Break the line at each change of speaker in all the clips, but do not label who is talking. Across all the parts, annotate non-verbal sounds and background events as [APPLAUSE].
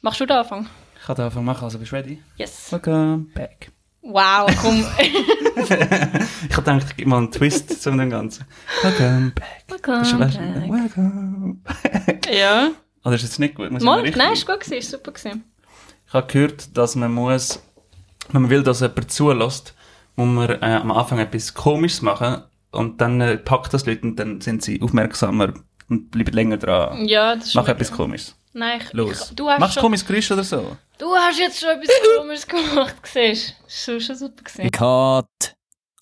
Machst du den Anfang?
Ich kann den Anfang machen, also bist du ready?
Yes.
Welcome back.
Wow, komm.
Ich habe gedacht, ich gebe mal einen Twist zu dem Ganzen. [LAUGHS] Welcome back. Bist du- weißt du, Welcome.
ja.
Oder ist jetzt nicht gut? Wir sind
Mal,
richtig.
nein, ist gut gewesen, ist super gewesen.
Ich habe gehört, dass man muss, wenn man will, dass jemand zulässt, muss man äh, am Anfang etwas Komisches machen und dann äh, packt das Leute und dann sind sie aufmerksamer und bleiben länger dran.
Ja, das ist
Mach
schon-
etwas Komisches.
Nein, ich,
Los.
Ich, du, hast
Machst
schon,
komisches Geräusch oder so?
du hast jetzt schon etwas Komisches gemacht, siehst du. Ist schon- schon super gewesen.
Cut!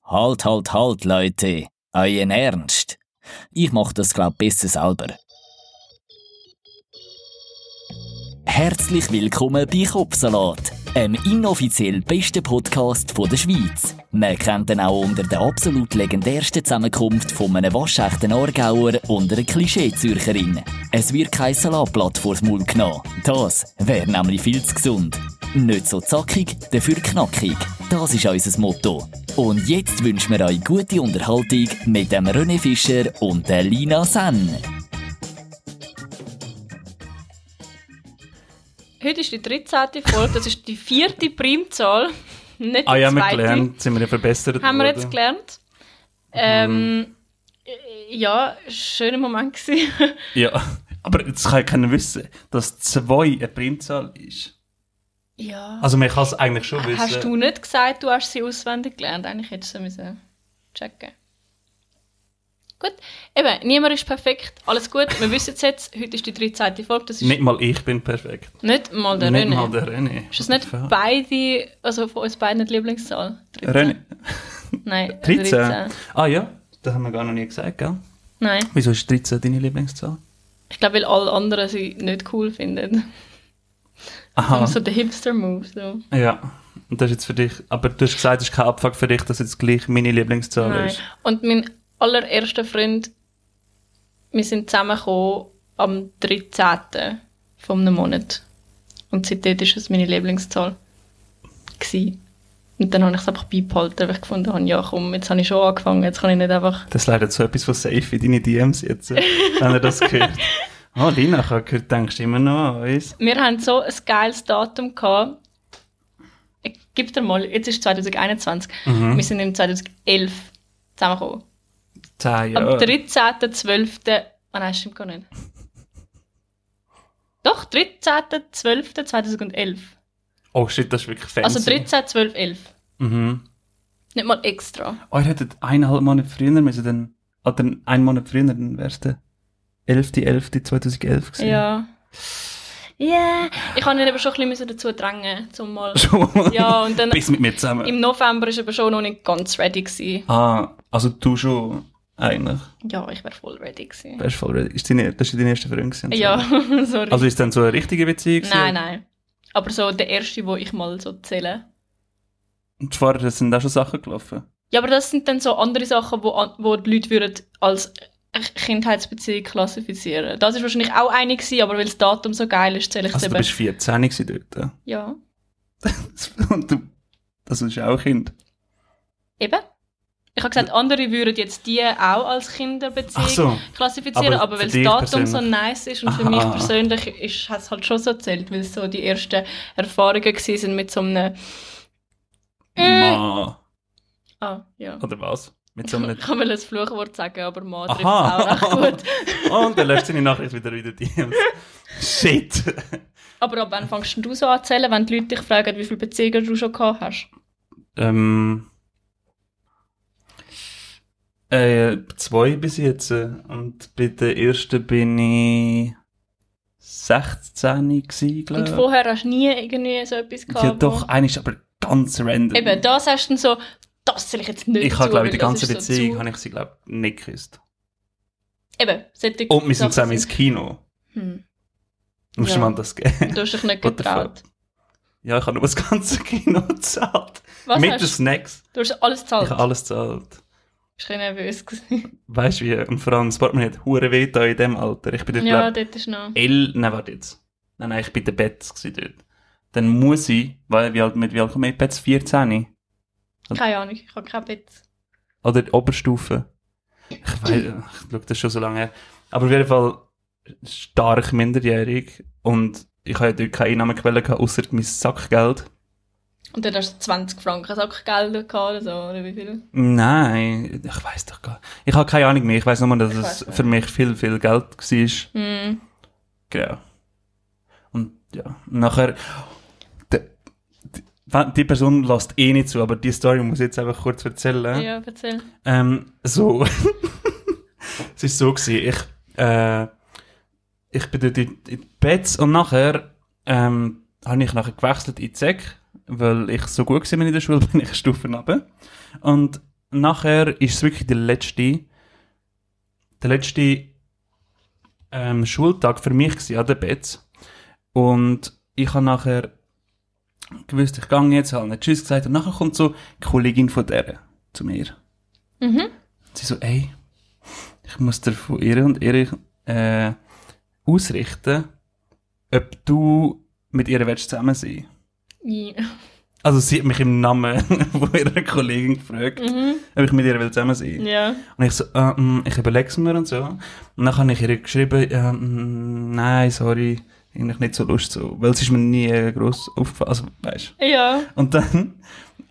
Halt, halt, halt, Leute! Euren Ernst! Ich mach das, glaub besser selber. Herzlich willkommen bei Kopfsalat, einem inoffiziell besten Podcast von der Schweiz. Man kennt ihn auch unter der absolut legendärsten Zusammenkunft von einem waschechten Aargauer und einer Klischee-Zürcherin. Es wird kein Salatblatt vors Maul genommen. Das wäre nämlich viel zu gesund. Nicht so zackig, dafür knackig. Das ist unser Motto. Und jetzt wünschen wir euch gute Unterhaltung mit dem René Fischer und der Lina Sen.
Heute ist die 13. Folge, das ist die vierte Primzahl. Nicht die
Ah ja, wir
zweite.
gelernt, sind wir ja verbessert
Haben wir jetzt
worden.
gelernt.
Mhm.
Ähm, ja, schöner Moment gewesen. [LAUGHS]
Ja, aber jetzt kann ja keiner wissen, dass 2 eine Primzahl ist.
ja.
Also man kann es eigentlich schon wissen.
Hast du nicht gesagt, du hast sie auswendig gelernt? Eigentlich hättest du sie müssen checken Gut, eben, niemand ist perfekt, alles gut, wir wissen es jetzt, heute ist die 13. Folge, das ist
Nicht mal ich bin perfekt.
nicht mal der
nicht
René.
mal der René.
Ist das nicht
Fuck.
beide, also von uns beiden die Lieblingszahl? 13?
René?
Nein,
13. Ah ja, das haben wir gar noch nie gesagt, gell?
Nein,
Wieso ist 13 deine Lieblingszahl?
ich glaube, weil alle anderen sie nicht cool finden.
Aha,
So der Hipster-Move. So.
ja. Und das ist jetzt für dich, aber du hast gesagt, es ist kein Abfuck für dich, dass jetzt gleich meine Lieblingszahl
Nein.
ist.
Und mein allererster Freund, wir sind zusammengekommen am 13. vom einem Monat. Und seitdem ist es meine Lieblingszahl. Gewesen. Und dann habe ich es einfach beibehalten, weil ich gefunden habe, ja komm, jetzt habe ich schon angefangen, jetzt kann ich nicht einfach...
Das ist leider so etwas von safe in deine DMs jetzt, äh, wenn er das
[LAUGHS]
hört. Oh, Lina, ich habe gehört, du denkst immer noch an uns.
Wir haben so ein geiles Datum gehabt. Ich Gib dir mal, jetzt ist 2021. Wir sind im 2011 zusammengekommen.
Zehn
Am
Jahre.
13.12. Ah nein, stimmt gar nicht. Doch, 13.12.2011.
Oh shit, das ist wirklich fancy.
Also 13.12.11.
Mhm.
Nicht mal extra.
Oh, ihr hättet eineinhalb Monate früher müssen, also dann, oder einen Monat früher, dann wär's der 11.11.2011 gewesen.
Ja. Yeah. Ich kann ihn aber schon ein bisschen dazu drängen, zum mal.
[LAUGHS] Schon.
Ja, und dann
Bist mit mir zusammen.
im November ist aber schon noch nicht ganz ready gewesen.
ah, also du schon, eigentlich.
Ja, ich wäre voll ready gewesen.
Wärst voll ready. Ist deine, das war dein erster Freund gewesen?
Ja, [LAUGHS] sorry.
Also ist dann so eine richtige Beziehung gewesen?
nein, nein. Aber so der erste, wo ich mal so zähle.
Und vorher das sind auch schon Sachen gelaufen.
Ja, aber das sind dann so andere Sachen, wo, an- wo die Leute würden als Kindheitsbeziehung klassifizieren. Das ist wahrscheinlich auch eine gewesen, aber weil das Datum so geil ist, zähle ich es
Also du
eben.
bist 14 gewesen dort. ja? [LAUGHS]
Ja,
Und du, das ist auch Kind.
eben. Ich habe gesagt, andere würden jetzt die auch als Kinderbeziehung
Ach so.
klassifizieren,
Aber
aber,
für
weil das
dich
Datum so
persönlich-
nice ist und für
Aha.
mich persönlich ist, hat es halt schon so zählt, weil es so die ersten Erfahrungen gewesen sind mit so einem... Äh.
Ma.
Ah, ja.
Oder was? Mit so einem...
Ich kann mal ein Fluchwort sagen, aber Mann trifft es auch recht
[LAUGHS] Aha.
gut.
Und dann löscht seine Nachricht wieder wieder DMs. Shit.
Aber ab wann fängst denn du so an zu zählen, wenn die Leute dich fragen, wie viele Beziehungen du schon gehabt hast?
ähm... Äh, zwei bis jetzt. äh, Und bei der ersten bin ich 16 gewesen,
Und
glaube
vorher hast du nie irgendwie so etwas
ich.
gehabt?
Ja,
wo-
doch, eine ist aber ganz random.
Eben, das hast du dann so, das soll ich jetzt nicht
Ich habe,
zu,
glaube ich,
weil
die
das
ganze
ist so
Beziehung,
zu-
habe ich sie, glaube ich, nicht geküsst.
Eben, solche
Und wir sind
Sachen
zusammen ins Kino.
Hm.
Musst du
Ja.
mal das geben?
Du hast dich nicht
What the
getraut.
Ja, ich habe nur das ganze [LAUGHS] Kino gezahlt.
Was
Mit
hast
den
du?
Snacks.
Du hast alles gezahlt.
Ich habe alles gezahlt.
Bist du ein bisschen nervös gewesen?
Weißt du wie? Und vor allem, das Portemonnaie hat hure weh da in dem Alter. Ich bin dort,
Ja,
ja,
dort ist noch.
L... Nein, warte jetzt. Nein, nein, ich bin der Betz gewesen dort. Dann muss ich, weil, wie alt, mit wie alt komme ich? Betz 14?
Keine Ahnung, ich habe kein Bett.
Oder die Oberstufe? Ich weiß, ich schaue das schon so lange her. Aber auf jeden Fall stark minderjährig und ich hatte dort keine Einnahmequelle, gehabt, ausser mein Sackgeld.
Und dann hast du 20 Franken Sackgelder gehabt oder so, oder wie viel?
Nein, ich weiß doch gar nicht. Ich habe keine Ahnung mehr. Ich weiß nur, dass
Ich
es
weiss
für mich viel, viel Geld war.
Hm.
Genau. Und ja, nachher. Die, die- die Person lässt eh nicht zu, aber die Story muss ich jetzt einfach kurz erzählen.
Ja, erzähl.
Ähm, so. [LAUGHS] es ist so gewesen. Ich, äh, ich bin dort in, in die Bets und nachher ähm, habe ich nachher gewechselt in die Sek, weil ich so gut war in der Schule, [LAUGHS] bin ich eine Stufe runter. Und nachher ist es wirklich der letzte, der letzte ähm, Schultag für mich gewesen, an der Bets. Und ich habe nachher gewusst, ich gehe jetzt, habe nicht Tschüss gesagt und nachher kommt so die Kollegin von der zu mir.
Mhm.
Sie so, ey, ich muss dir von ihr und ihr äh, ausrichten, ob du mit ihr willst zusammen sein
Ja.
Also sie hat mich im Namen [LAUGHS] von ihrer Kollegin gefragt,
Mhm.
ob ich mit ihr will zusammen sein
Ja.
Und ich so, äh, mm, ich überlege es mir und so. Und dann habe ich ihr geschrieben, äh, mm, nein, sorry, eigentlich nicht so Lust, so, weil es ist mir nie äh, gross aufgefallen, also weißt
Ja.
und dann,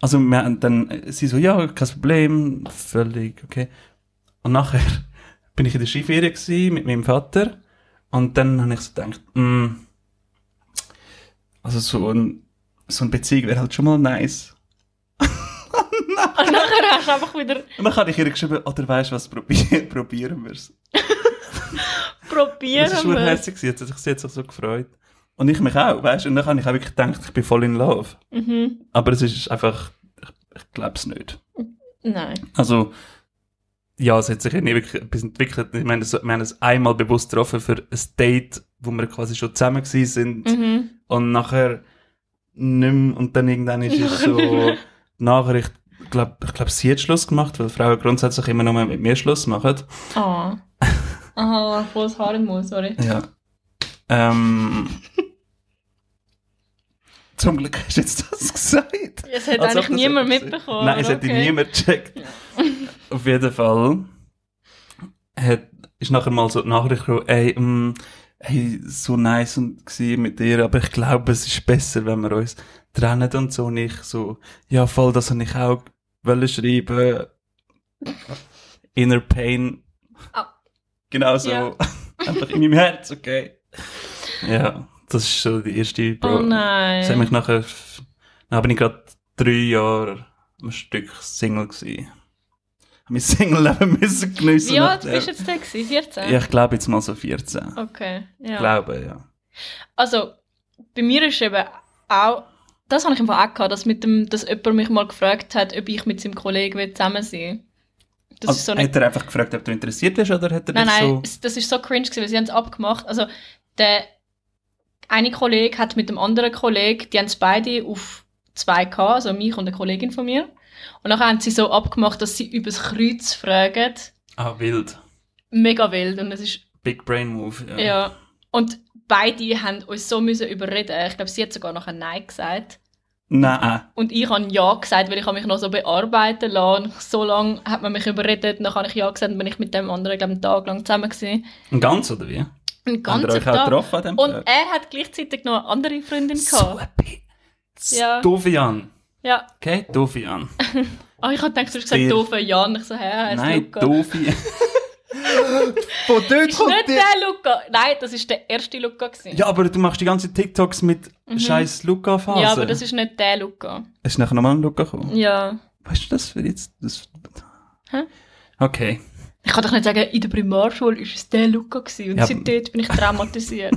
also wir, haben dann, äh, sie so, ja, kein Problem, völlig, okay. Und nachher [LAUGHS] bin ich in der Skiferie gewesen, mit meinem Vater und dann habe ich so gedacht, mm, also so, ein, so eine Beziehung wäre halt schon mal nice.
Und nachher hast du einfach wieder
Und dann habe ich ihr geschrieben, oder weißt du was, probier, [LAUGHS] probieren wir es.
probieren
Das war
wir.
herzig, sie hat sich, sie hat sich so gefreut. Und ich mich auch, weißt du, und dann habe ich auch wirklich gedacht, ich bin voll in love.
Mhm.
Aber es ist einfach, ich, ich glaube es nicht.
Nein.
Also, ja, es hat sich ja nie wirklich etwas entwickelt. Ich meine, es- wir haben es einmal bewusst getroffen für ein Date, wo wir quasi schon zusammen gewesen sind
Mhm.
und nachher nicht mehr. Und dann irgendwann ist es
Nachher nicht
so
mehr.
die Nachricht, ich glaube, ich glaub, sie hat Schluss gemacht, weil Frauen grundsätzlich immer nur mit mir Schluss machen.
Ah. Aha, bloß Haar im Mund, sorry.
Ja. Ähm, zum Glück hast du jetzt das gesagt.
Es hat
Als
eigentlich
ob Also, das
niemand
etwas-
mitbekommen.
Nein, es hätte
okay.
niemand gecheckt. Auf jeden Fall hat, ist nachher mal so die Nachricht gekommen, ey, mm, hey, so nice und gsi mit dir, aber ich glaube, es ist besser, wenn wir uns trennen und so nicht so, ja voll, das habe ich auch wollen schreiben. Inner Pain.
Ah.
Genau so.
Ja.
[LAUGHS] Einfach in meinem Herz, okay. Ja, das ist so die erste
Oh
Sie haben
nein.
mich nachher, dann bin ich gerade drei Jahre am Stück Single gewesen. Hab mein [LAUGHS] Single-Leben müssen geniessen.
Wie alt
nachdem.
bist du jetzt da? gewesen? 14?
Ja, ich glaube jetzt mal so 14.
Okay.
Ich
Ja.
glaube, ja.
Also, bei mir ist eben auch, das habe ich im Fall auch gehabt, dass, mit dem, dass jemand mich mal gefragt hat, ob ich mit seinem Kollegen will zusammen sein will. Das
Also,
ist so eine,
Hat er einfach gefragt, ob du interessiert bist, oder hat er
nein,
dich
nein,
so...
es- das ist so cringe gewesen, weil sie haben es abgemacht. Also, der eine Kollege hat mit dem anderen Kollegen, die haben es beide auf zwei gehabt, also mich und eine Kollegin von mir. Und nachher haben sie so abgemacht, dass sie übers Kreuz fragen.
Ah, wild.
Mega wild. Und es ist
Big Brain Move, ja.
Ja. Und beide haben uns so müssen überreden. Ich glaube, sie hat sogar noch ein Nein gesagt.
Nein,
Und ich habe Ja gesagt, weil ich habe mich noch so bearbeiten lassen. Und so lange hat man mich überredet, dann habe ich Ja gesagt und bin ich mit dem anderen glaub, einen Tag lang zusammen gewesen.
ein ganz, oder wie?
Einen
Habt ihr
ganzen
euch auch
Tag.
getroffen an dem
Und
Tag?
er hat gleichzeitig noch eine andere Freundin
So
gehabt.
ein P...
Ja.
Doofe Jan.
Ja.
Okay, doofe Jan.
Ah, ich habe gedacht, du hast gesagt,
Dir-
doofer Jan. Ich so, hä, er heisst
Nein,
Luca. [LAUGHS]
doofe... [LAUGHS] Von dort
Ist
kommt
nicht
die-
der Luca. Nein, das war der erste Luca. Gewesen.
Ja, aber du machst die ganzen TikToks mit scheiß Luca-Phase.
Mhm. ja, aber das ist nicht der Luca.
Ist nachher nochmal ein Luca gekommen?
Ja.
Weißt du das für jetzt? Das...
Hä?
Okay.
Ich kann doch nicht sagen, in der Primarschule war es der Luca gewesen und
Ja,
seit dort bin ich traumatisiert.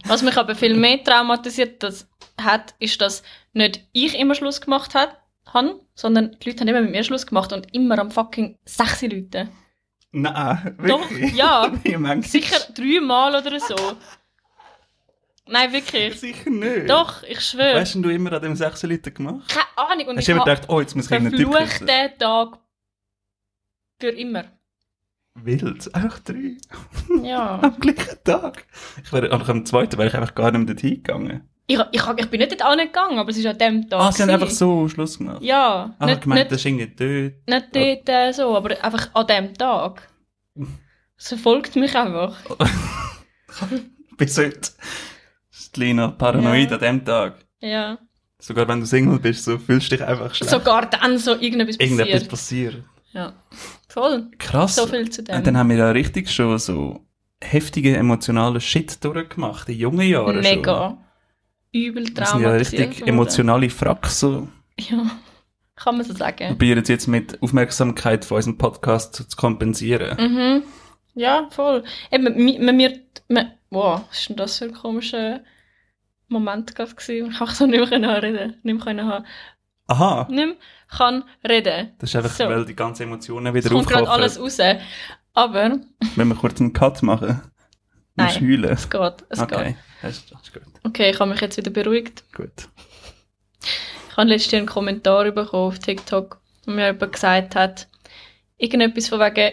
[LAUGHS]
Was mich aber viel mehr traumatisiert das hat, ist, dass nicht ich immer Schluss gemacht hat- habe, sondern die Leute haben immer mit mir Schluss gemacht und immer am fucking sechs Leute.
Nein,
Doch,
wirklich? [LAUGHS]
ja.
Wie manchmal?
Sicher dreimal oder so. Nein, wirklich.
Sicher nicht.
Doch, ich schwöre.
Weißt du, du immer an dem 6 Liter gemacht?
Keine Ahnung. Und
Hast
ich
du immer
habe
gedacht, oh, jetzt muss ich irgendeinen Typ
verflucht
küssen?
den Tag für immer.
Wild. Einfach drei.
Ja.
Am gleichen Tag. Ich wäre, und am zweiten wäre ich einfach gar nicht mehr dorthin gegangen.
[LAUGHS] Ich, ich, ich bin nicht dort angegangen, aber es ist an dem Tag.
Ah, sie haben
gewesen.
einfach so Schluss gemacht.
Ja,
Ah,
nicht,
gemeint,
nicht,
das ist irgendwie dort.
nicht dort äh, so, aber einfach an dem Tag. Es verfolgt mich einfach.
Bis heute. ängstlich noch paranoid
Ja.
an dem Tag.
Ja.
Sogar wenn du Single bist, so fühlst du dich einfach schlecht.
Sogar dann so irgendetwas
Irgendetwas
passiert.
passiert.
Ja. Voll.
Krass.
So viel zu dem.
Und dann haben wir ja richtig schon so heftige emotionalen Shit durchgemacht, in jungen Jahren schon.
Mega. Übel
Wir sind ja
traumatisiert.
richtig
worden.
emotionale Fracks. So.
[LAUGHS] Ja. Kann man so
Wir [LAUGHS]
sagen.
probieren es jetzt mit Aufmerksamkeit von unserem Podcast zu kompensieren.
Mhm. Ja, voll. Eben, mi- man wird. Man, wow, was ist denn das für ein komischer Moment gerade gewesen? Ich kann so nicht mehr können reden. Nicht mehr können haben.
Aha,
Nicht mehr kann reden.
das ist einfach,
So.
weil die ganzen Emotionen
Es
wieder
kommt gerade alles
aufkochen.
raus. Aber
Wenn wir kurz einen Cut machen, musst
Nein.
du heulen.
es geht. Es
okay,
geht.
das ist, das ist gut.
Okay, ich habe mich jetzt wieder beruhigt.
gut.
Ich habe letztens einen Kommentar bekommen auf TikTok, wo mir jemand gesagt hat, irgendetwas von wegen,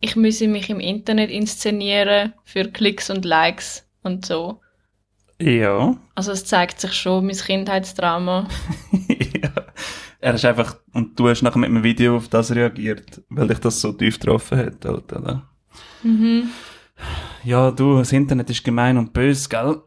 ich müsse mich im Internet inszenieren für Klicks und Likes und so.
Ja. [LAUGHS]
Also es zeigt sich schon, mein Kindheitstrauma.
ja. Er ist einfach, und du hast nachher mit einem Video auf das reagiert, weil dich das so tief getroffen hat, halt, oder?
Mhm.
Ja, du, das Internet ist gemein und böse, gell?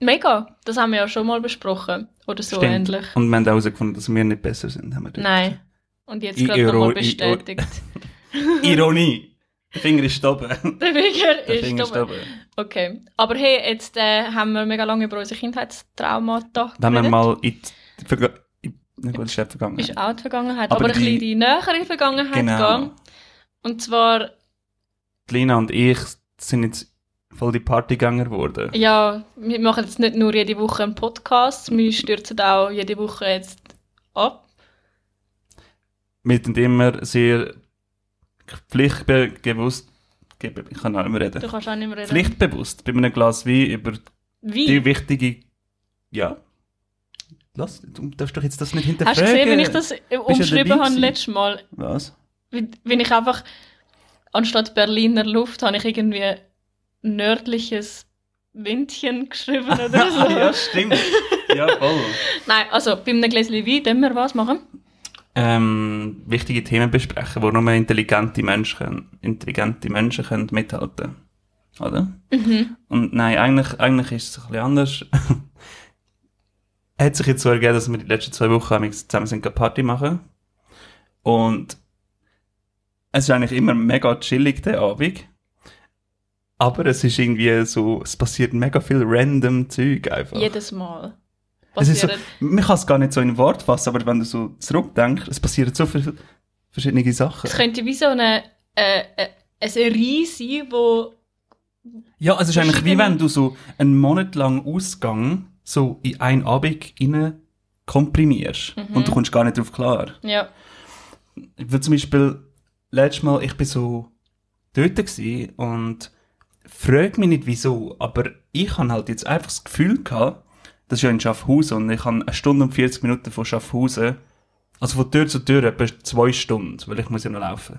Mega, das haben wir ja schon mal besprochen. Oder so
Stimmt.
ähnlich.
Und wir haben herausgefunden, dass wir nicht besser sind, haben wir dort
Nein. Und jetzt
I-
gerade nochmal
Iro- I- Iro-
bestätigt. [LAUGHS]
gesagt. [LAUGHS] Ironie! Der Finger ist oben.
Der Finger
Der Finger
ist
ist
dumm.
oben.
Okay. Aber hey, jetzt äh, haben wir mega lange über unsere Kindheitstraumata
Wenn wir
geredet.
mal in die Verga- in- Na gut, ist ja vergangen.
Ist auch die Vergangenheit.
Aber
Aber, ein
die-
bisschen die nähere Vergangenheit
Genau.
gehen. Und zwar,
Die Lina und ich sind jetzt voll die Partygänger geworden.
ja, wir machen jetzt nicht nur jede Woche einen Podcast, wir stürzen auch jede Woche jetzt ab.
Wir sind immer sehr pflichtbewusst, gebe- ich kann auch nicht mehr reden.
Du kannst auch nicht mehr reden.
Pflichtbewusst bei einem Glas Wein über
Wie?
die wichtige. Ja. Lass, du darfst doch jetzt das nicht
Hast
hinterfragen.
du gesehen, wenn ich das äh,
dabei
umschrieben habe
gewesen?
letztes Mal?
Was?
Wie, wenn ich einfach, anstatt Berliner Luft, habe ich irgendwie nördliches Windchen geschrieben [LAUGHS]
[LAUGHS]
oder so.
Ah, ja, stimmt. ja, voll.
Nein, also bei einem Gläschen Wein, dann wir was machen.
Ähm, wichtige Themen besprechen, wo nur intelligente Menschen, können- intelligente Menschen können mithalten Oder?
Mhm,
Und nein, eigentlich, eigentlich ist es ein bisschen anders. [LAUGHS] hat sich jetzt so ergeben, dass wir die letzten zwei Wochen am liebsten zusammen sind, eine Party machen. Und es ist eigentlich immer mega chillig, der Abend. Aber es ist irgendwie so, es passiert mega viel random Zeug einfach.
Jedes Mal.
Es ist so,
Passieren-
man kann es gar nicht so in Wort fassen, aber wenn du so zurückdenkst, es passieren so viele verschiedene Sachen.
Es könnte wie so eine, äh, äh, eine Serie sein, wo
Ja, also es ist eigentlich wie
verschiedene-
wenn du so einen Monat lang Ausgang so in einen Abend rein komprimierst und du kommst gar nicht drauf klar.
ja,
Weil zum Beispiel, letztes Mal, ich bin so dort gewesen und frag mich nicht wieso, aber ich habe halt jetzt einfach das Gefühl gehabt, das ist ja in Schaffhausen und ich habe eine Stunde und 40 Minuten von Schaffhausen, also von Tür zu Tür etwa zwei Stunden, weil ich muss ja noch laufen.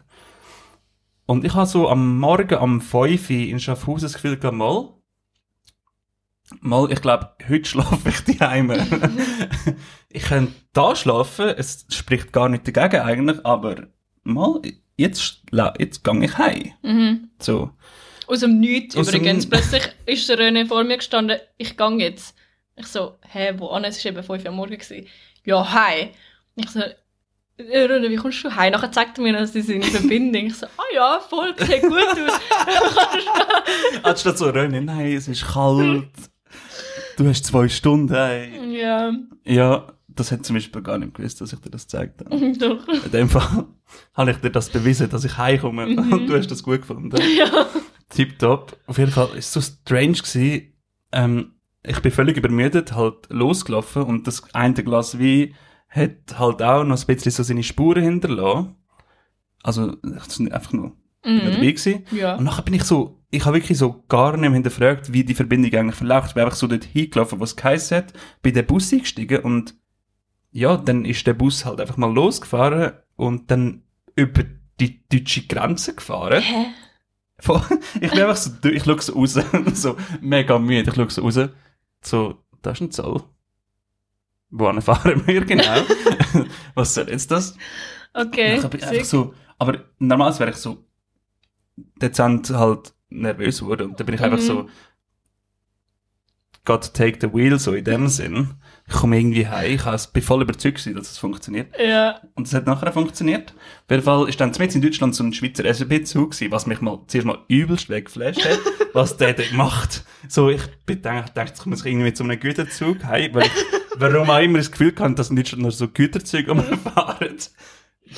Und ich habe so am Morgen am 5 Uhr in Schaffhausen das Gefühl gehabt, mal, mal, ich glaube, heute schlafe ich die ich könnte da schlafen, es spricht gar nicht dagegen eigentlich, aber mal, jetzt, schla- jetzt gehe ich heim.
Mhm.
So.
aus dem Nichts
Aus dem-
übrigens. Plötzlich ist der René vor mir gestanden, ich gehe jetzt. Ich so, hä, wo an? Es war eben 5 Uhr morgens. gewesen. Ja, hi. Ich so, äh, René, wie kommst du heim? Nachher zeigt er mir, dass die
[LAUGHS]
sind in Verbindung. Ich so, ah ja, voll, sieht gut aus. [LAUGHS]
Anstatt so, René, nein, es ist kalt. Du hast zwei Stunden. Hey.
ja,
Ja, das hat zum Beispiel gar nicht gewusst, dass ich dir das gezeigt habe.
doch.
In dem Fall [LAUGHS] habe ich dir das bewiesen, dass ich heimkomme. Und du hast das gut gefunden.
Ja.
Tipptopp. Auf jeden Fall ist es so strange gewesen. Ähm, ich bin völlig übermüdet, halt losgelaufen und das eine Glas Wein hat halt auch noch ein bisschen so seine Spuren hinterlassen. Also, ich bin einfach nur mhm. dabei gewesen.
Ja.
Und nachher bin ich so, ich habe wirklich so gar nicht mehr hinterfragt, wie die Verbindung eigentlich verläuft. Ich bin einfach so dort hingelaufen, wo es geheißen hat, bin den Bus eingestiegen und ja, dann ist der Bus halt einfach mal losgefahren und dann über die deutsche Grenze gefahren.
Hä?
Voll. Ich bin einfach so, durch- ich schaue so raus, [LAUGHS] so mega müde, ich schaue so raus, so, das ist ein Zoll. Wohin fahren wir genau?
[LAUGHS]
Was soll jetzt das?
Okay.
Nachher bin ich einfach
sick.
so, aber normalerweise wäre ich so
Mhm.
dezent halt nervös geworden und dann bin ich einfach so, God take the wheel, so in dem Sinn. Ich komme irgendwie heim, ich has- bin voll überzeugt gewesen, dass es funktioniert.
Ja.
Und es hat nachher funktioniert. Auf jeden Fall ist dann mit in Deutschland so ein Schweizer SBB-Zug gewesen, was mich mal, zuerst mal übelst weggeflasht hat, was der da gemacht. So, ich bin dann- dachte, ich komme jetzt irgendwie zu einem Güterzug heim, weil ich, warum auch immer das Gefühl hatte, dass in Deutschland nur so Güterzüge umfahren.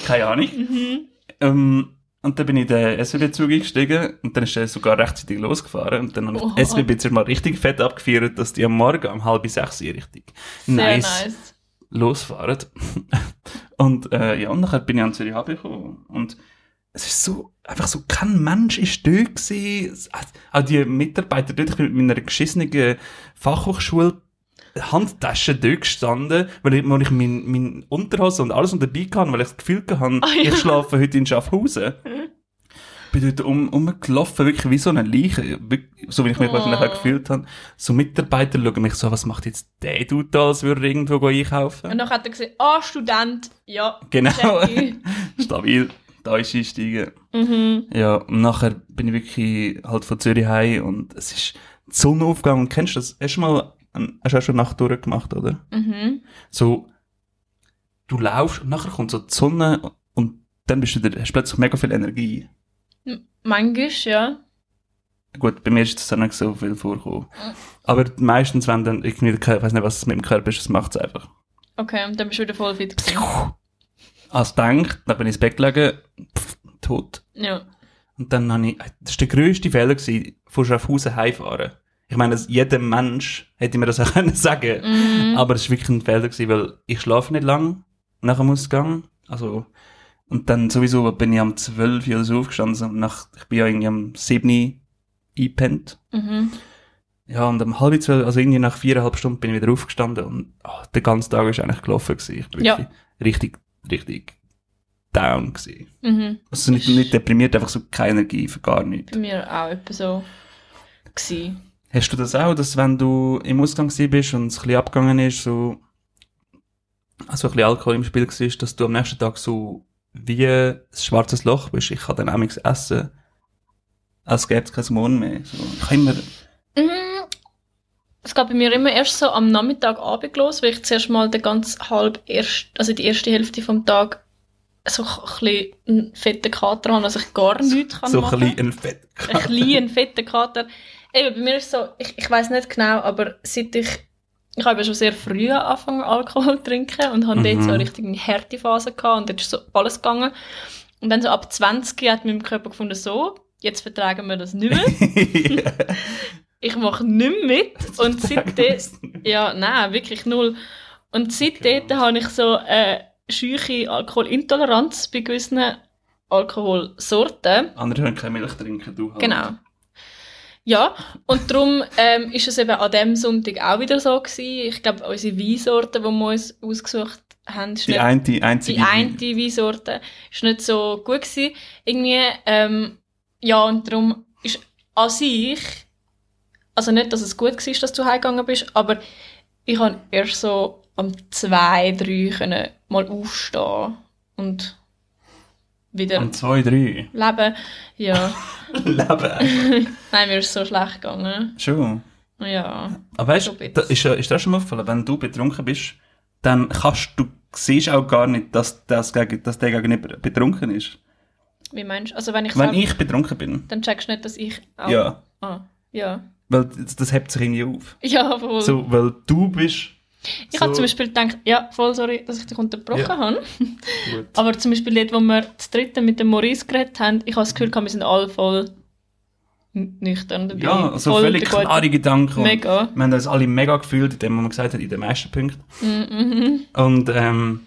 Keine Ahnung. Ähm, und dann bin ich in den SBB-Zug eingestiegen und dann ist er sogar rechtzeitig losgefahren. Und dann habe ich
Oha.
den SBB zuerst mal richtig fett abgefeiert, dass die am Morgen um halb sechs Uhr richtig
Sehr
nice,
nice.
losfahren. [LAUGHS] und äh, ja, und nachher bin ich an Zürich angekommen. Und es ist so, einfach so, kein Mensch ist da gewesen. Es- Auch die Mitarbeiter dort, ich bin mit meiner geschissenen Fachhochschule Handtasche da gestanden, weil ich, weil ich mein, mein Unterhose und alles unter dabei kann, weil ich das Gefühl hatte,
Ah, ja. Mhm.
ich schlafe heute in Schaffhausen. bin dort um, umgelaufen, wirklich wie so eine Leiche, wirklich, so wie ich mich
Oh.
wahrscheinlich auch gefühlt habe. So Mitarbeiter schauen mich so, was macht jetzt der Dude da, als würde er irgendwo go einkaufen?
Und dann hat er gesehen, ah, Student, ja.
Genau.
check ich.
[LAUGHS] Stabil. Da ist einsteigen.
mhm.
Ja, und nachher bin ich wirklich halt von Zürich heim und es ist die Sonne aufgegangen. Und kennst du das? Hast du mal, ein- hast du auch schon Nacht durchgemacht, oder?
Mhm.
So, du laufst und nachher kommt so die Sonne und dann bist du wieder, hast plötzlich mega viel Energie.
Manchmal, ja.
Gut, bei mir ist das auch nicht so viel vorgekommen. Aber meistens, wenn dann irgendwie, der Körper- ich weiß nicht, was es mit dem Körper ist, das macht es einfach.
Okay, und dann bist du wieder voll fit. gewesen.
Als denkt, dann bin ich ins Bett gelegen, pff, tot.
Ja.
Und dann habe ich, äh, das war der grösste Fehler, gewesen, von Schaffhausen heimfahren. Ich meine, das- jeder Mensch hätte mir das [LAUGHS] auch können sagen
Mhm.
Aber es war wirklich ein Fehler, gewesen, weil ich schlafe nicht lang nach dem Ausgang. Also, und dann sowieso bin ich am 12 Uhr oder so aufgestanden und nach, ich bin ja irgendwie am 7 Uhr eingepennt.
Mhm.
Ja, und um halb zwölf, also irgendwie nach viereinhalb Stunden bin ich wieder aufgestanden und ah, der ganze Tag ist eigentlich gelaufen gewesen. Ich bin
Ja.
wirklich richtig, richtig down gewesen.
Mhm.
Also nicht, nicht deprimiert, einfach so keine Energie für gar nichts.
Bei mir auch etwas so. Gewesen.
Hast du das auch, dass wenn du im Ausgang gewesen bist und es ein bisschen abgegangen ist, so, also ein bisschen Alkohol im Spiel war, dass du am nächsten Tag so wie ein schwarzes Loch bist? Ich kann dann auch nichts essen, als gäbe es kein Morgen mehr. So, ich kann immer,
Mhm. Es geht bei mir immer erst so am Nachmittag abend los, weil ich zuerst mal den ganz halb erst, also die erste Hälfte vom Tag so ein bisschen einen fetten Kater habe, dass ich gar nichts kann
so ein
machen.
bisschen ein Fett.
[LAUGHS] Ein kleinen, fetten Kater. Eben, bei mir ist so, ich, ich weiß nicht genau, aber seit ich, ich habe ja schon sehr früh angefangen Alkohol zu trinken und habe
Mhm.
dort so richtig eine harte Phase gehabt und dort ist so alles gegangen. Und dann so ab 20 hat mein Körper gefunden, so, jetzt vertragen wir das nicht
[LAUGHS]
mehr, ich mache nicht mehr mit und seitdem, ja, nein, wirklich null. Und seitdem
Genau.
habe ich so eine scheuche Alkoholintoleranz bei gewissen Alkoholsorten.
[LAUGHS] Andere können keine Milch trinken, du halt.
Genau. Ja, und darum ähm, ist es eben an diesem Sonntag auch wieder so gewesen. Ich glaube, unsere Weinsorte, die wir uns ausgesucht haben, ist
Die
nicht,
eine, die einzige.
die eine Weinsorte ist nicht so gut gewesen. Irgendwie, ähm, ja, und darum ist an sich, also nicht, dass es gut war, dass du heimgegangen bist, aber ich konnte erst so am 2, 3 können mal aufstehen und wieder
Und zwei,
[LAUGHS]
drei.
leben. Ja.
Leben.
Nein, mir ist so schlecht gegangen.
Schon.
Ja.
Aber weißt
So
du,
bitte.
da ist, ja- ist dir auch schon mal aufgefallen, wenn du betrunken bist, dann kannst du, siehst auch gar nicht, dass, das gegen, dass der gegenüber betrunken ist.
Wie meinst du? Also wenn ich
Wenn
selber-
ich betrunken bin,
dann checkst du nicht, dass ich auch...
ja,
Ah, ja.
weil das, das hebt sich irgendwie auf.
Ja, voll.
So, weil du bist
ich habe
so-
zum Beispiel gedacht, ja, voll sorry, dass ich dich unterbrochen
Ja.
habe.
[LAUGHS] gut.
Aber zum Beispiel dort, wo wir zu dritten mit dem Maurice geredet haben, ich habe das Gefühl, gehabt, wir sind alle voll n- nüchtern dabei.
Ja, so
Voll
völlig
der gute-
klare Gedanken. und
Mega.
Wir haben uns alle mega gefühlt, in dem, was wir gesagt haben, in den meisten Punkten.
Mm, mhm.
Und ähm,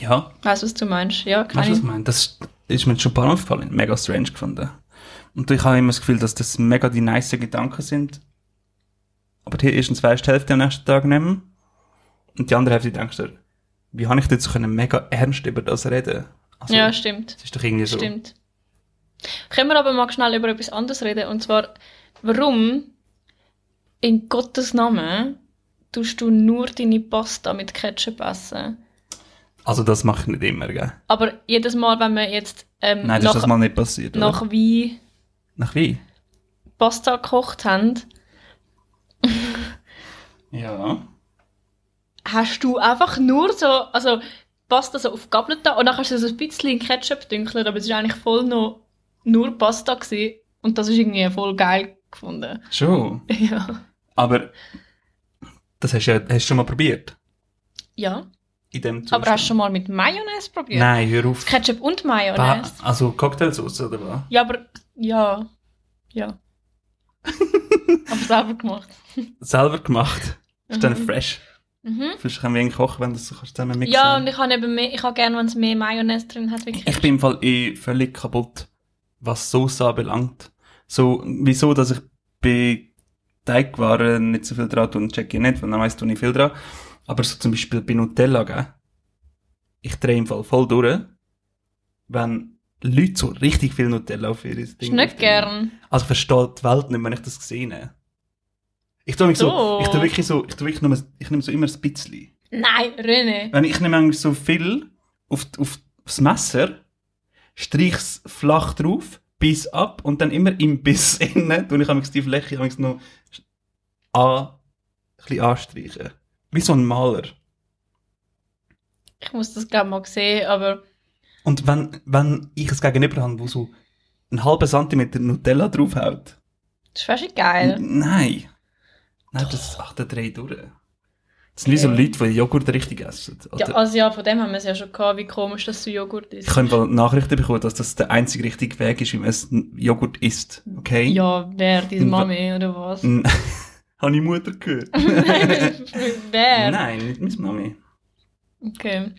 ja,
Weißt du, was du meinst? Ja,
Weißt du, was ich
kann
meine? Das ist mir schon ein paar Mal aufgefallen. Mega strange gefunden. Und ich habe immer das Gefühl, dass das mega die nice Gedanken sind. Aber hier erstens weisst du die Hälfte am nächsten Tag nehmen. Und die andere Hälfte denkst du, dir, wie habe ich dazu können mega ernst über das reden?
ich.
Also,
Ja, stimmt.
das ist doch irgendwie so.
Stimmt. Können wir aber mal schnell über etwas anderes reden? Und zwar, warum in Gottes Namen tust du nur deine Pasta mit Ketchup essen?
Also das mache ich nicht immer, gell?
Aber jedes Mal, wenn wir jetzt ähm,
Nein, das
nach,
ist das mal nicht passiert, oder?
nach Wein
Nach wie?
Pasta gekocht haben,
Ja.
hast du einfach nur so, also Pasta so auf Gablet da und dann kannst du so ein bisschen in Ketchup dünkeln, aber es war eigentlich voll noch nur Pasta gewesen. und das ist irgendwie voll geil gefunden. [LAUGHS]
Schon.
Ja.
Aber das hast du ja, hast du schon mal probiert.
Ja.
In dem Zustand.
Aber hast du schon mal mit Mayonnaise probiert?
Nein, hör auf.
Ketchup und
Ba-
Mayonnaise?
also Cocktailsauce oder was?
Ja, aber, ja.
[LAUGHS]
Ja. aber selber gemacht.
Selber gemacht. Ist dann
Mhm.
fresh.
Mhm.
Vielleicht können wir irgendwie kochen, wenn das so kannst zusammen mixen.
Ja, und ich habe eben mehr, ich habe gerne, wenn es mehr Mayonnaise drin hat. wie
Ich bin im Fall eh völlig kaputt, was Soße anbelangt. So, wieso, dass ich bei Teigwaren nicht so viel dran tue, check ich nicht, weil dann weiss du nicht viel dran. Aber so zum Beispiel bei Nutella, gell? Ich drehe im Fall voll durch, wenn Leute so richtig viel Nutella auf ihr Ding
Ist nicht
drauf tun.
gern.
Also ich verstehe die Welt nicht, wenn ich das gesehen habe. Ich tue mich so,
So.
ich tue wirklich so, ich tue wirklich nur, ich nehme so immer ein bisschen.
Nein, René.
Wenn ich nehme manchmal so viel auf, auf das Messer, streich es flach drauf, Biss ab und dann immer im Biss [LAUGHS] innen und ich habe die Fläche manchmal noch an, ein bisschen anstreichen. Wie so ein Maler.
Ich muss das gerade mal sehen, aber
Und wenn, wenn ich es gegenüber habe, wo so einen halben Zentimeter Nutella draufhält,
das ist fast geil.
N- Nein. Nein, das ach, der drei durch. Das sind wie so
Okay.
Leute, die Joghurt richtig essen.
Ja,
Oder
also ja, von dem haben wir es ja schon gehabt, wie komisch, dass du Joghurt
Ich
isst.
habe im Fall Nachrichten bekommen, dass das der einzige richtige Weg ist, wie man es- Joghurt isst. Okay?
Ja, wer, deine
Wa-
Mami oder was?
N- [LAUGHS] habe ich Mutter gehört?
[LAUGHS] wer?
Nein, nicht meine Mami.
Okay.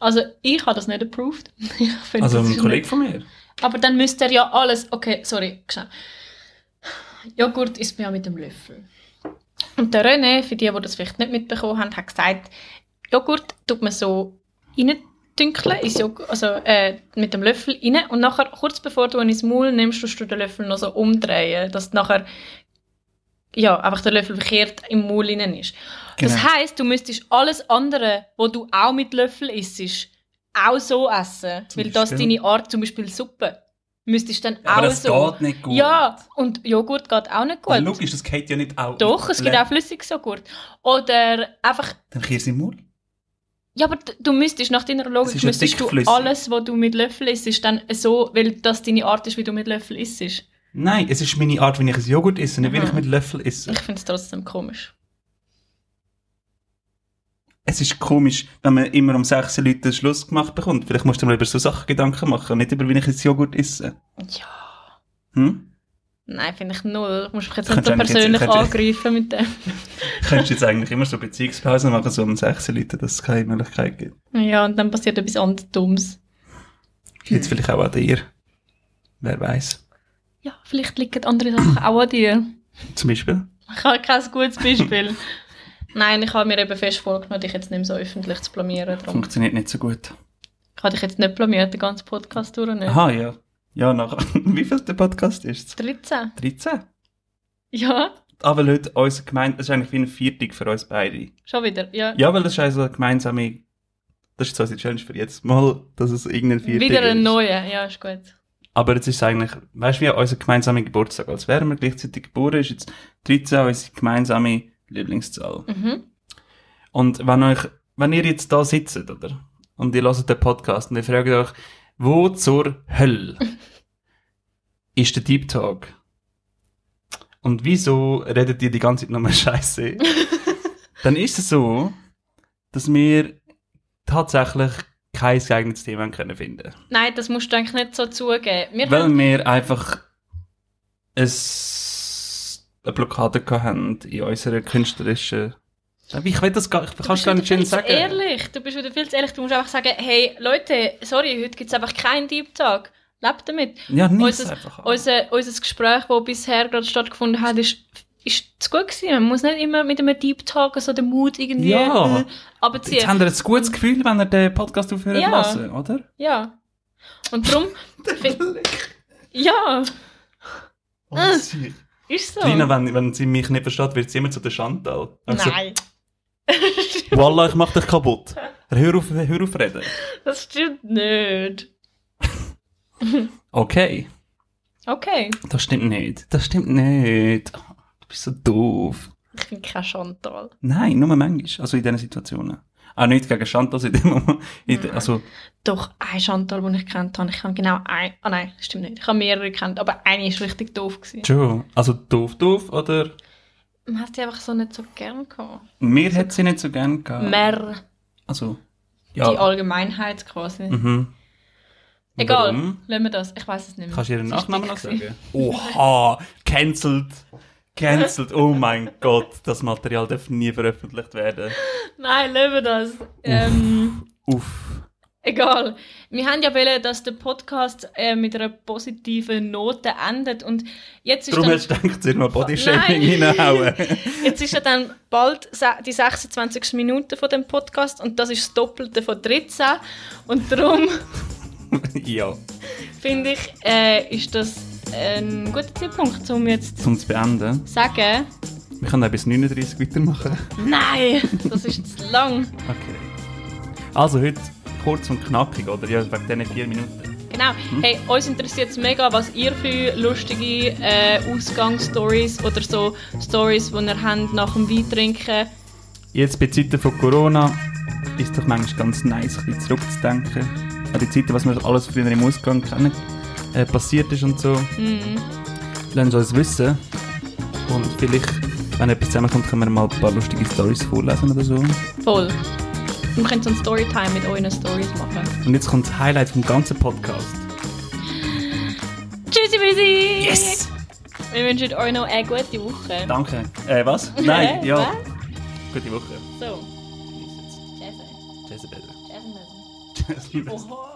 Also ich habe das nicht approved. [LAUGHS] Ich finde,
Also
das
ein
ist
Kollege von mir.
Nicht. Aber dann müsste er ja alles... Okay, sorry, schnell. Joghurt isst man ja mit dem Löffel. Und der René, für die, die das vielleicht nicht mitbekommen haben, hat gesagt, Joghurt tut man so reindünkeln, ins Joghurt, also äh, mit dem Löffel rein und nachher, kurz bevor du ihn ins Maul nimmst, tust du den Löffel noch so umdrehen, dass nachher ja, einfach der Löffel verkehrt im Maul rein ist. Das
Genau.
heisst, du müsstest alles andere, wo du auch mit Löffel isst, auch so essen,
Zum
weil das
Beispiel?
deine Art, zum Beispiel Suppe, müsstest dann auch
Aber das
so.
geht nicht gut.
Also, Ja, und Joghurt geht auch nicht
Ja,
gut.
Logisch, das geht ja nicht auch.
Doch, es gibt
Le-
auch flüssiges Joghurt. Oder einfach,
Dann Käse im Mund.
ja, aber d- du müsstest nach deiner
Es
Logik,
ist ja
müsstest du
dickflüssig.
alles, was du mit Löffel isst, dann so, weil das deine Art ist, wie du mit Löffel isst. Ich
Nein, es ist meine Art, wie ich ein Joghurt esse, nicht wie
Aha.
ich mit Löffel esse.
finde es trotzdem komisch.
Es ist komisch, wenn man immer um 6 Leute den Schluss gemacht bekommt. Vielleicht musst du dir mal über so Sachen Gedanken machen, nicht über wie ich jetzt Joghurt esse.
Ja,
Hm?
nein, finde ich null. Ich muss mich jetzt
Du
nicht so
könntest
persönlich
eigentlich jetzt-
angreifen mit dem.
[LAUGHS] Könntest du jetzt eigentlich immer so Beziehungspausen machen, so um 6 Leute, dass es keine Möglichkeit gibt?
Ja, und dann passiert etwas anderes Dummes.
Jetzt vielleicht auch an dir. Wer weiß?
Ja, vielleicht liegen andere Sachen auch an dir.
Zum Beispiel?
Ich habe kein gutes Beispiel. Nein, ich habe mir eben fest vorgenommen, dich jetzt nicht mehr so öffentlich zu blamieren. Darum.
Funktioniert nicht so gut.
Ich habe dich jetzt nicht blamiert, den ganzen Podcast durch. Nicht.
Aha, ja. Ja, nachher. [LAUGHS] Wie viel der Podcast ist?
13?
13.
Ja,
Aber Leute, unsere Gemeinde, das ist eigentlich wie eine Viertig für uns beide.
schon wieder. Ja.
Ja, weil das ist also eine gemeinsame. Das ist so unsere Challenge für jetzt mal, dass es irgendein Viertig
wieder ein
ist.
neuer. Ja, ist gut.
Aber jetzt ist es eigentlich, weißt du, wie unser gemeinsamer Geburtstag, als wären wir gleichzeitig geboren, ist jetzt 13 unsere gemeinsame Lieblingszahl.
Mhm.
Und wenn euch, wenn ihr jetzt da sitzt, oder? Und ihr hört den Podcast und ihr fragt euch, wo zur
[LAUGHS]
Hölle ist der Deep Talk? Und wieso redet ihr die ganze Zeit
[LAUGHS]
nur Scheiße? Dann ist es so, dass wir tatsächlich kein geeignetes Thema haben können finden
Nein, das musst du eigentlich nicht so zugeben. Wir haben,
Weil wir einfach es eine Blockade gehabt haben in unserer künstlerischen. Ich will das gar, ich
du
kann
bist
es gar
wieder
nicht schön
viel zu
sagen.
ehrlich. Du bist wieder viel zu ehrlich. Du musst einfach sagen, hey Leute, sorry, heute gibt es einfach keinen Deep Talk. Lebt damit.
Ja, nimm es
Unser-
einfach an.
Unser, unser Gespräch, das bisher gerade stattgefunden hat, ist, ist zu gut gewesen. Man muss nicht immer mit einem Deep Talk so den Mut irgendwie
Ja.
äh, runterziehen.
Jetzt haben wir ein gutes Gefühl, wenn ihr den Podcast aufhören
Ja.
lassen, oder?
Ja. Und darum. fi- ja,
Oh,
Ah.
sie-
ist so.
Lina, wenn, wenn sie mich nicht versteht, wird sie immer zu der Chantal. Also,
Nein,
[LAUGHS] Wallah, ich mach dich kaputt. Hör auf, hör auf reden.
das stimmt nicht.
Okay,
Okay.
das stimmt nicht. Das stimmt nicht. Du bist so doof.
Ich bin keine Chantal.
Nein, nur manchmal. Also in diesen Situationen. Auch nicht gegen Chantal [LAUGHS] in dem Moment. In de, also,
Doch, eine Chantal, die ich kennt habe. Ich habe genau ein. Ah nein, stimmt nicht. Ich habe mehrere kennt, aber eine war richtig doof. Gewesen.
true. Also doof, doof, oder?
Man hat sie einfach so nicht so gern gehabt.
Mir hat sie nicht so gern gehabt.
Mehr
Also,
die
ja.
Allgemeinheit quasi.
Mhm.
Egal,
Warum?
lassen wir das. Ich weiß es nicht mehr.
Kannst du ihren
Es ist
Nachnamen noch
dick
sagen? Oha, cancelled. Cancelled, oh mein Gott, das Material darf nie veröffentlicht werden.
gewesen. Nein, lassen wir das. Ähm,
Uff.
egal. Wir haben ja wollen, dass der Podcast äh, mit einer positiven Note endet. Und jetzt ist
Darum
dann,
hast du gedacht, sie mal Bodyshaming reinhauen.
[LAUGHS]
[LAUGHS]
jetzt ist ja dann bald se- die 26. Minute von dem Podcast und das ist das Doppelte von 13. Und darum [LAUGHS]
ja,
finde ich, äh, ist das ein guter Zeitpunkt, um jetzt zu
um zu beenden.
sagen,
Wir können auch bis 39 weitermachen.
nein, das ist zu lang.
Okay. Also heute kurz und knackig, oder? Ja, wegen diesen vier Minuten.
Genau. Hey, uns interessiert es mega, was ihr für lustige äh, Ausgangsstories oder so Stories, die ihr habt nach dem Weintrinken.
Jetzt bei Zeiten von Corona ist es doch manchmal ganz nice, ein bisschen zurückzudenken. An die Zeiten, was wir alles früher im Ausgang kennen, äh, passiert ist und so.
Mhm.
Lasst uns wissen. Und vielleicht, wenn etwas zusammenkommt, können wir mal ein paar lustige Stories vorlesen oder so.
Voll. Wir können so ein Storytime mit euren Stories machen.
Und jetzt kommt das Highlight vom ganzen Podcast.
Tschüssi, Bisi! Wir wünschen euch noch eine gute Woche.
Danke. Äh, was?
[LAUGHS]
Nein,
Hä?
ja.
Was?
Gute Woche.
So,
Tschüss,
Jason.
Jezebel.
Jason.
Tschüss. [LAUGHS]
Oho.